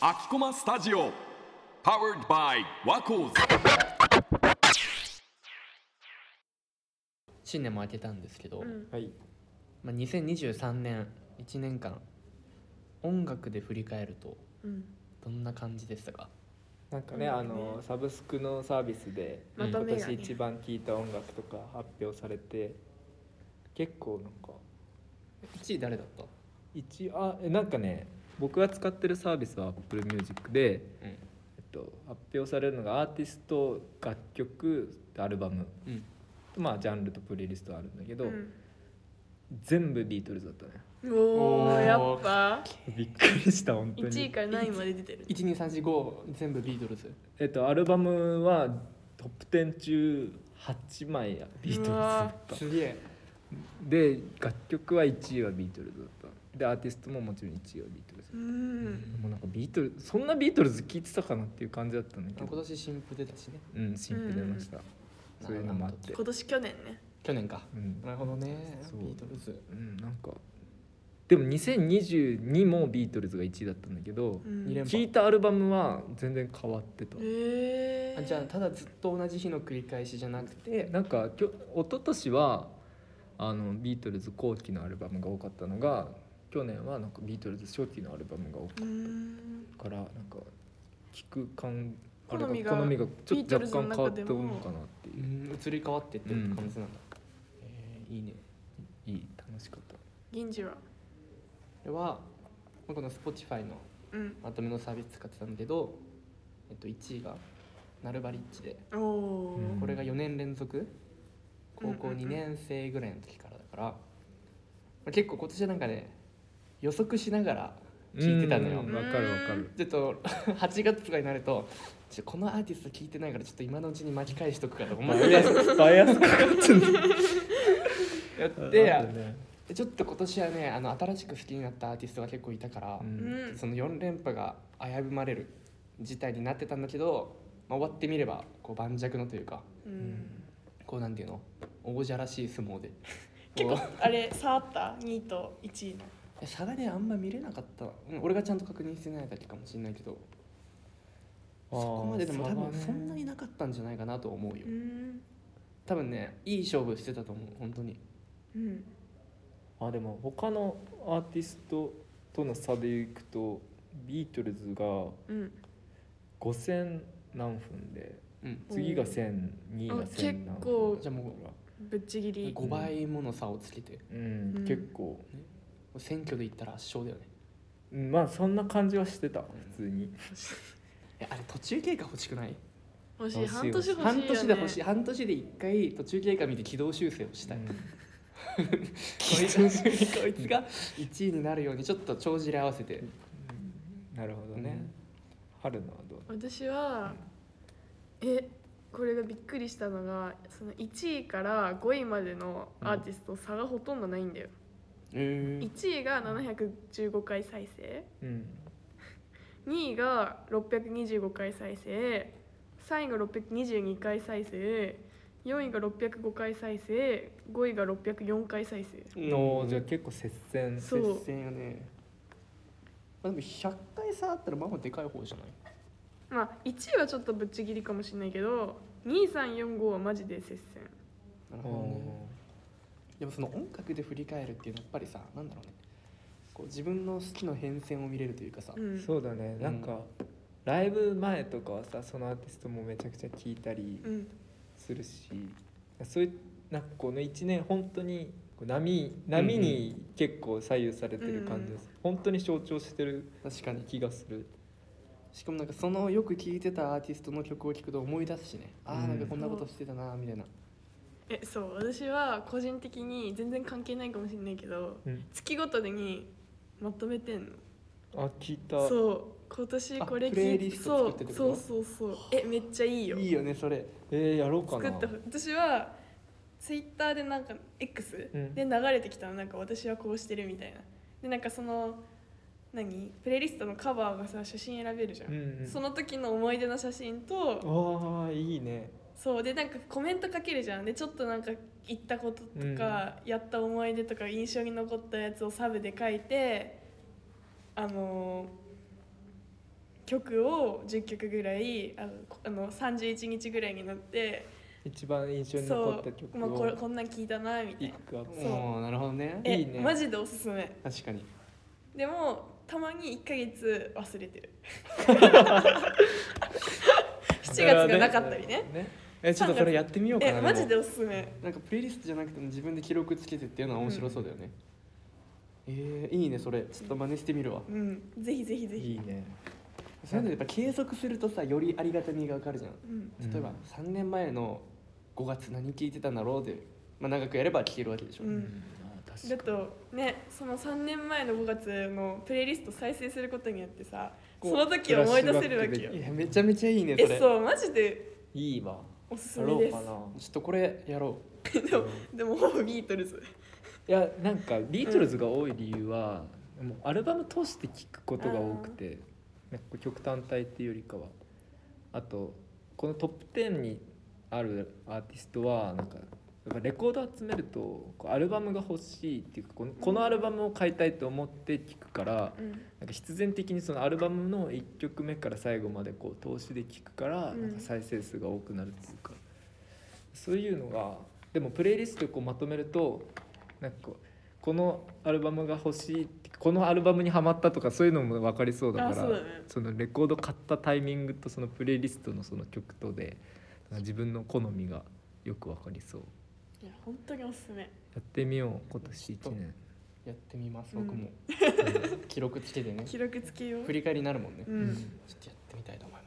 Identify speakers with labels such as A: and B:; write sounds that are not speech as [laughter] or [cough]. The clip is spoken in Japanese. A: 秋駒スタジオ Powered by ワコーズ
B: 新年も明けたんですけど、
C: うん
D: はい、
B: まあ、2023年1年間音楽で振り返ると
C: うん、
B: どんな感じでしたか
D: なんかね、
C: うん
D: あのサブスクのサービスで
C: まと
D: 今
C: めが、
D: 年
C: ね
D: 一番聴いた音楽とか発表されて結構なんか
B: 1位誰だった
D: 一あえなんかね僕が使ってるサービスは Apple Music で、
B: うん
D: えっと、発表されるのがアーティスト楽曲アルバム
B: うん
D: まあジャンルとプレイリストあるんだけど、
C: うん
D: 全部ビートルズだったね
B: お
C: おお
B: ー
C: やっぱ
D: びっくりした本当に
C: 1位から何位まで出てる
B: 12345全部ビートルズ
D: えっとアルバムはトップ10中8枚やビートルズ
C: う
D: だっ
C: わ
D: た
B: すげえ
D: で楽曲は1位はビートルズだったでアーティストももちろん1位はビートルズ
C: う、ん
D: もうなんかビートルズそんなビートルズ聴いてたかなっていう感じだったんだけ
B: 今
D: ど
B: 年新譜出たしね
D: うんシンプル出ました、
B: うん
D: そういうのもあって
C: 今年去年ね
B: 去年か
D: うん、
B: なるほどね
D: そう
B: ビートルズ
D: うん、なんかでも2022もビートルズが1位だったんだけど
C: うん
B: 二連
D: 聴いたアルバムは全然変わってた
C: え
B: あ
C: ー、
B: じゃあただずっと同じ日の繰り返しじゃなくて
D: なんかきょ一昨年はあのビートルズ後期のアルバムが多かったのが去年はなんかビートルズ初期のアルバムが多かっ
C: うん
D: たからなんか聴く感あれ
C: 好みが
D: 好みがちょっと
C: ビー
D: 若
C: トルズの
D: 干変わっ
C: 中
D: て
C: で
D: る
C: も
D: のかなっていううん
B: 移り変わってってる感じなんだ、えーいいね
D: いい楽しかった
C: 銀次は
B: これはまあこの Spotify の
C: うん
B: まとめのサービス使ってたんだけど、えっと、1位がナルバリッチで
C: おお
D: うん
B: これが4年連続高校
C: うんうんう
B: 2
C: ん
B: 年生ぐらいの時からだから、まあ、結構今年はなんかね予測しながら聴いてたのよ
D: うんわかるわかる
B: ちょっと [laughs] 8月とかになるとちょこのアーティスト聴いてないからちょっと今のうちに巻き返しとくかと思
D: [laughs]
B: って
D: バイアスかかっちゃ
B: やっ
D: う
B: て
D: あとね
B: でちょっと今年はねあの新しく好きになったアーティストが結構いたから、
D: う
C: うんん
B: その4連覇が危ぶまれる事態になってたんだけど、まあ、終わってみればこう盤石のというか
C: うん
B: こうなんていうの王者らしい相撲で
C: 結構
B: こう
C: あれ差あった2位と1位の
B: え差がねあんま見れなかった、うん、俺がちゃんと確認してないだけかもしれないけど
D: あ
B: そ
D: ー
B: こまででも多
D: 差が
B: 分
D: ね
B: そんなになかったんじゃないかなと思うよ
C: うん
B: 多分ねいい勝負してたと思う本当に
C: うん
D: あでも他のアーティストとの差でいくとビートルズが
C: うん
D: 5000何分で
B: うん
D: 次が1000、2が
C: あ
D: 1000何
C: 結構
D: 分
B: じゃあも
C: ぶっちぎり
B: 5倍もの差をつけて
D: うん、
C: うん
D: 結構
B: 選挙で言ったら圧勝だよね
D: うんまあそんな感じはしてた普通に
B: えあれ途中経過欲しくない
C: 欲しい
D: 欲しい
C: 半年欲しいよ、ね、
B: 半年で欲しい半年で一回途中経過見て軌道修正をしたい、こいつこいつが1位になるようにちょっと帳尻合わせて、
D: うんなるほどね、
B: うん
D: 春菜はどう
C: 私はえこれがびっくりしたのがその1位から5位までのアーティスト差がほとんどないんだよ、
B: えー
C: 1位が715回再生
D: うん
C: 2位が625回再生3位が622回再生4位が605回再生5位が604回再生
D: のじゃあ結構接戦
C: そう
B: 接戦よね、まあ、でも100回差あったらまあまあでかい方じゃない
C: まあ1位はちょっとぶっちぎりかもしれないけど2345はマジで接戦
B: なる
D: う
B: ほどね
D: ん
B: でもその音楽で振り返るっていうのはやっぱりさなんだろうねこう自分の好きの変遷を見れるというかさ、
C: うん
D: そうだねなんか、ライブ前とかはさそのアーティストもめちゃくちゃ聴いたり
C: うん
D: するし、そういうなんかこの1年本当にこう波波に結構左右されてる感じです、本当に象徴してる
B: 確かに
D: 気がする
B: しかもなんかそのよく聴いてたアーティストの曲を聴くと思い出すしねあ
D: う
B: あ
D: ん
B: なんかこんなことしてたなみたいな、
C: えそう私は個人的に全然関係ないかもしれないけど
D: うん
C: 月ごとにまとめてんの
D: あ聞いた
C: そう今年これ
B: あプレイ
C: 聞い
B: リ
C: て
B: ス
C: そ
B: ト
C: う
B: 作ってってこ
C: そ
B: と
C: うそうそうえめっちゃいいよ
B: いいよねそれ
D: えー、やろうか
C: 作
D: な
C: った私はツイッターでなんか X
D: うん
C: で流れてきたのなんか私はこうしてるみたいなでなんかその何プレイリストのカバーがさ写真選べるじゃ
D: うん
C: ん、
D: うん、
C: その時の思い出の写真と
D: ああいいね
C: そうでなんかコメントかけるじゃんでちょっとなんか言ったこととか、やった思い出とか印象に残ったやつをサブで書いてあの曲を10曲ぐらいあのこあの31日ぐらいになって
D: 一番印象に残
C: そ
D: った
C: う、
D: 曲
C: まあ、これ
D: を
C: こんなん聞いたなみたい
D: 一
C: な
D: 句あっ
C: そう
B: おーなるほどね
C: え
D: いいね
C: マジでおすすめ
B: 確かに
C: でもたまに1か月忘れ
D: [laughs]
C: てる7月がなかったりね
B: えちょっとそれやってみようかな
C: えマジ
B: で
C: で
B: も
C: おすすめ
B: なんかプレイリストじゃなくても自分で記録つけてっていうのは面白そうだよね、えー、いいねそれちょっと真似してみるわ
C: うんぜひぜひぜひ
D: いいね
B: そういうのやっぱ継続するとさよりありがたみがわかるじゃん
C: うん
B: 例えば3年前の5月何聞いてたんだろうって、まあ、長くやれば聞けるわけでしょ、
C: う
D: うんんあ確
C: だとねその3年前の5月のプレイリスト再生することによってさ
D: こう
C: その時を思い出せる
D: フラ
C: わけよ
D: ッシュバックできる
B: いやめちゃめちゃいいねそれ
C: え
B: ちょ
C: そうマジで
D: いいわ
C: おすす
D: や
C: め
D: ろ
C: で
D: う
C: す
D: かな
B: っとこれやろ
C: でもでもほぼビートルズ
D: いやなんかビートルズが多い理由は、もうアルバム通して聴くことが多くてなんか曲単体っていうよりかはあとこのトップ10にあるアーティストはなんかやっぱレコード集めるとこうアルバムが欲しいっていうかこのこのアルバムを買いたいと思って聴くから
C: うん
D: なんか必然的にそのアルバムの1曲目から最後までこう投資で聴くから
C: うん
D: なんか再生数が多くなるっていうか、そういうのがでもプレイリストをこうまとめるとなんかこうこのアルバムが欲しいってこのアルバムにはまったとかそういうのも分かりそうだ
C: あ
D: か
C: そ
D: ら
C: うだね
D: そのレコード買ったタイミングとそのプレイリストのその曲とでなんか自分の好みがよく分かりそう
C: いや本当におすすめ
D: やってみよう今年1年。
B: うやってみます
C: う
B: [laughs]
C: ん
B: 僕も、記録つけてね
C: [laughs] 記録つけよう
B: 振り返りになるもんね、
C: う
B: ちょ
C: ん
B: っとやってみたいと思います